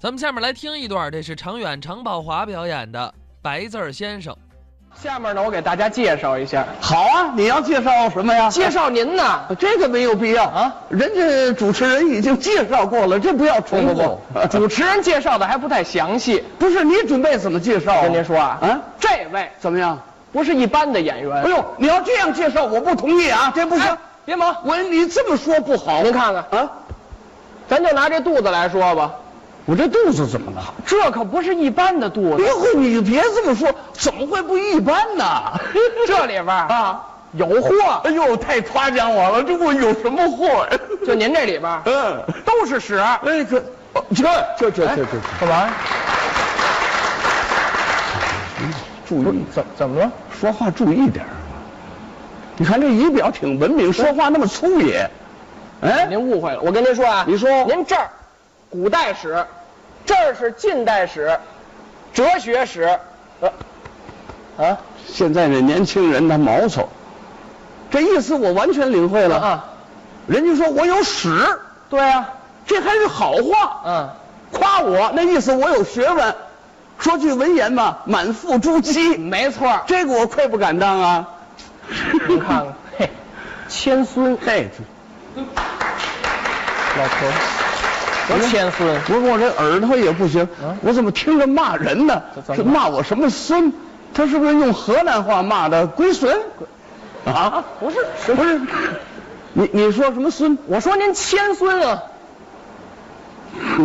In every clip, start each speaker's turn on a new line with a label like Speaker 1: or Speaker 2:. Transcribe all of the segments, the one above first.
Speaker 1: 咱们下面来听一段，这是常远、常宝华表演的《白字儿先生》。
Speaker 2: 下面呢，我给大家介绍一下，
Speaker 3: 好啊，你要介绍什么呀？
Speaker 2: 介绍您呢，
Speaker 3: 这个没有必要
Speaker 2: 啊，
Speaker 3: 人家主持人已经介绍过了，这不要重
Speaker 2: 不
Speaker 3: 复
Speaker 2: 不。不，主持人介绍的还不太详细。
Speaker 3: 不是你准备怎么介绍啊？
Speaker 2: 跟您说啊，
Speaker 3: 啊，
Speaker 2: 这位
Speaker 3: 怎么样？
Speaker 2: 不是一般的演员
Speaker 3: 哎。呦，你要这样介绍，我不同意啊，这不行
Speaker 2: 哎。别忙，
Speaker 3: 我你这么说不好
Speaker 2: 您看看，
Speaker 3: 啊，
Speaker 2: 咱就拿这肚子来说吧，
Speaker 3: 我这肚子怎么了？
Speaker 2: 这可不是一般的肚
Speaker 3: 哎
Speaker 2: 子，
Speaker 3: 呦，你别这么说，怎么会不一般呢？
Speaker 2: 这里边啊
Speaker 3: 啊，
Speaker 2: 有货，
Speaker 3: 哎呦，太夸奖我了，这我有什么货呀？
Speaker 2: 就您这里边
Speaker 3: 嗯，
Speaker 2: 都是屎，
Speaker 3: 哎，可，哦这这这这这
Speaker 2: 哎干嘛？
Speaker 3: 注意，
Speaker 2: 怎怎么了？
Speaker 3: 说话注意点儿你看这仪表挺文明，说话那么粗野。哎，
Speaker 2: 您误会了，我跟您说啊，
Speaker 3: 你说
Speaker 2: 您这儿古代史，这儿是近代史，哲学史，呃，啊
Speaker 3: 现在这年轻人他毛糙，这意思我完全领会了。
Speaker 2: 啊，
Speaker 3: 人家说我有屎，
Speaker 2: 对啊，
Speaker 3: 这还是好话，
Speaker 2: 嗯，
Speaker 3: 夸我那意思我有学问。说句文言吧，满 腹朱熹，
Speaker 2: 没错儿，
Speaker 3: 这个我愧不敢当啊。
Speaker 2: 您看看，嘿，
Speaker 3: 谦孙，嘿，
Speaker 2: 老头，多谦孙，嗯
Speaker 3: 不是我这耳朵也不行，我怎么听着骂人呢
Speaker 2: 这怎？么
Speaker 3: 这骂我什么孙？他是不是用河南话骂的龟孙？啊，
Speaker 2: 不是，
Speaker 3: 不是，你你说什么孙？
Speaker 2: 我说您谦孙啊，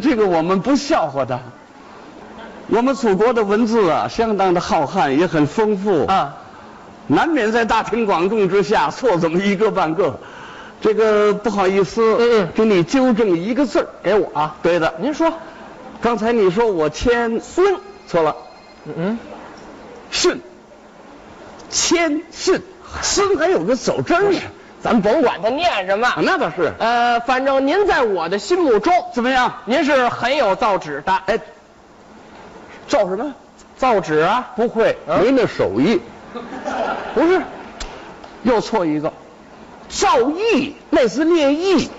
Speaker 3: 这个我们不笑话他。我们祖国的文字啊，相当的浩瀚，也很丰富，
Speaker 2: 啊，
Speaker 3: 难免在大庭广众之下错这么一个半个。这个不好意思，
Speaker 2: 嗯嗯
Speaker 3: 给你纠正一个字儿。
Speaker 2: 给我啊，
Speaker 3: 对的，
Speaker 2: 您说，
Speaker 3: 刚才你说我谦孙，错了，
Speaker 2: 嗯，
Speaker 3: 顺，谦顺，
Speaker 2: 哎
Speaker 3: 孙还有个走之儿呢。
Speaker 2: 咱甭管他念什么
Speaker 3: 啊，，那倒是。
Speaker 2: 呃，反正您在我的心目中，
Speaker 3: 怎么样？
Speaker 2: 您是很有造纸的，
Speaker 3: 哎，造什么？
Speaker 2: 造纸啊，
Speaker 3: 不会，
Speaker 2: 嗯
Speaker 3: 没那手艺。 不是，又错一个，造诣那是练艺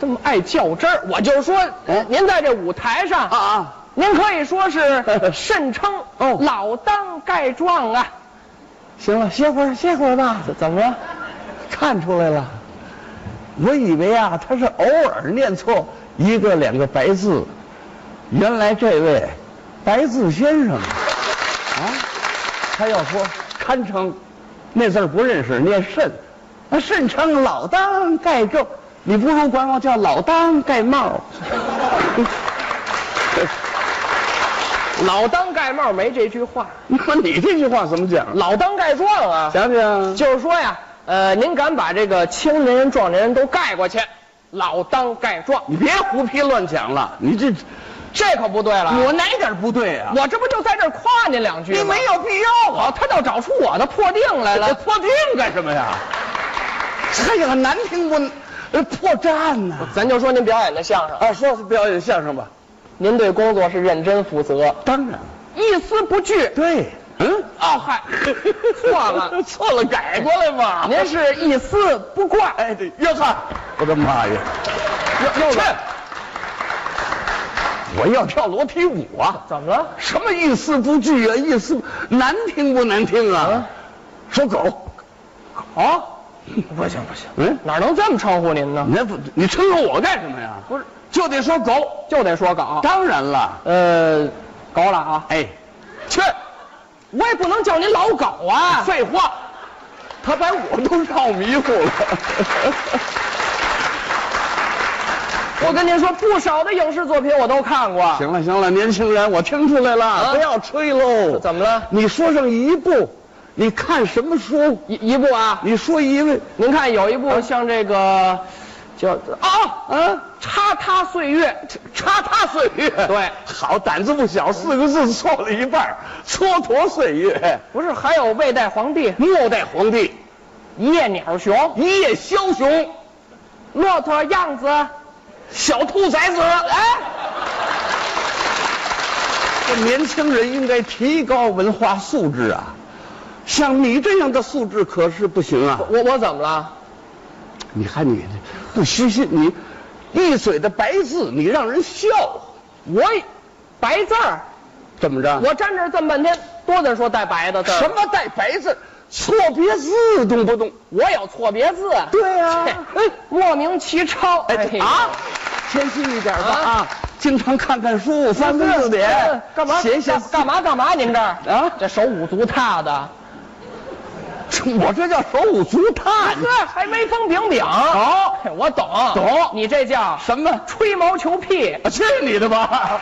Speaker 2: 这么爱较真儿，我就说，
Speaker 3: 嗯
Speaker 2: 您在这舞台上，
Speaker 3: 啊啊！
Speaker 2: 您可以说是 甚称
Speaker 3: 哦
Speaker 2: 老当盖状啊。
Speaker 3: 行了，歇会儿，歇会儿吧。
Speaker 2: 怎么了？
Speaker 3: 看出来了，我以为啊他是偶尔念错一个两个白字，原来这位白字先生啊，他要说堪称，那字儿不认识，念慎，那慎称老当盖正，你不如管我叫老当盖帽。
Speaker 2: 老当盖帽没这句话，
Speaker 3: 那 你这句话怎么讲？
Speaker 2: 老当盖状啊，
Speaker 3: 想想，
Speaker 2: 就是说呀，呃，您敢把这个青年人、壮年人都盖过去，老当盖状，
Speaker 3: 你别胡批乱讲了，你这
Speaker 2: 这可不对了。
Speaker 3: 我哪点儿不对啊？
Speaker 2: 我这不就在这儿夸您两句吗？
Speaker 3: 你没有必要啊
Speaker 2: 好，！他倒找出我的破腚来
Speaker 3: 这
Speaker 2: 了。
Speaker 3: 破腚干什么呀？还有难听不？呃，破绽呢、
Speaker 2: 咱就说您表演的相声，
Speaker 3: 啊，说是表演相声吧，
Speaker 2: 您对工作是认真负责，
Speaker 3: 当然，
Speaker 2: 一丝不惧。
Speaker 3: 对，嗯，，
Speaker 2: 哦嗨， 错了
Speaker 3: 错了，改过来吧。
Speaker 2: 您是一丝不挂。
Speaker 3: 哎，对，哟呵，我的妈呀，
Speaker 2: 又又
Speaker 3: 去！我要跳楼梯舞啊！
Speaker 2: 怎么了？
Speaker 3: 什么一丝不惧啊，一丝难听不难听啊？说狗，
Speaker 2: 啊，不行不行，
Speaker 3: 嗯，
Speaker 2: 哪能这么称呼您呢？
Speaker 3: 你那不你称呼我干什么呀？
Speaker 2: 不是，
Speaker 3: 就得说狗，
Speaker 2: 就得说搞。
Speaker 3: 当然了，
Speaker 2: 呃，搞了啊！
Speaker 3: 哎，去，
Speaker 2: 我也不能叫您老搞 啊。
Speaker 3: 废话，他把我都绕迷糊了。
Speaker 2: 我跟您说，不少的影视作品我都看过。
Speaker 3: 行了行了，年轻人，我听出来了，
Speaker 2: 啊
Speaker 3: 不要吹喽。
Speaker 2: 呃怎么了？
Speaker 3: 你说上一部，你看什么书？
Speaker 2: 一一部啊，
Speaker 3: 你说一位
Speaker 2: 您看有一部像这个，叫啊，
Speaker 3: 啊？
Speaker 2: 叉叉岁月，
Speaker 3: 插他岁月，
Speaker 2: 对
Speaker 3: 好胆子不小，四个字错了一半儿，蹉跎岁月。
Speaker 2: 不是还有魏代皇帝、
Speaker 3: 末代皇帝
Speaker 2: 一夜鸟熊、
Speaker 3: 一夜枭雄，
Speaker 2: 骆驼样子，
Speaker 3: 小兔崽子，哎，这年轻人应该提高文化素质啊！像你这样的素质可是不行啊！
Speaker 2: 我我怎么了？
Speaker 3: 你看你不虚心，你一嘴的白字，你让人笑话，
Speaker 2: 我白字儿，
Speaker 3: 怎么着？
Speaker 2: 我站这儿这么半天，多咱说带白的字儿。
Speaker 3: 啊什？么带白字？错别字动不动？
Speaker 2: 我有错别字。啊
Speaker 3: 对呀、
Speaker 2: 切哎，莫名其超。
Speaker 3: 哎
Speaker 2: 呦
Speaker 3: 啊，谦虚一点吧
Speaker 2: 啊嗯
Speaker 3: 啊！经常看看书，翻翻字典，
Speaker 2: 哎干嘛？
Speaker 3: 写啊写
Speaker 2: 干干嘛干嘛？您这儿
Speaker 3: 啊
Speaker 2: 这手舞足踏的，
Speaker 3: 我这叫手舞足踏。
Speaker 2: 呵，还威风炳炳。
Speaker 3: 好，
Speaker 2: 我懂
Speaker 3: 懂
Speaker 2: 嗯
Speaker 3: 哦
Speaker 2: 你这叫
Speaker 3: 什么？
Speaker 2: 吹毛求疵。
Speaker 3: 我去你的吧！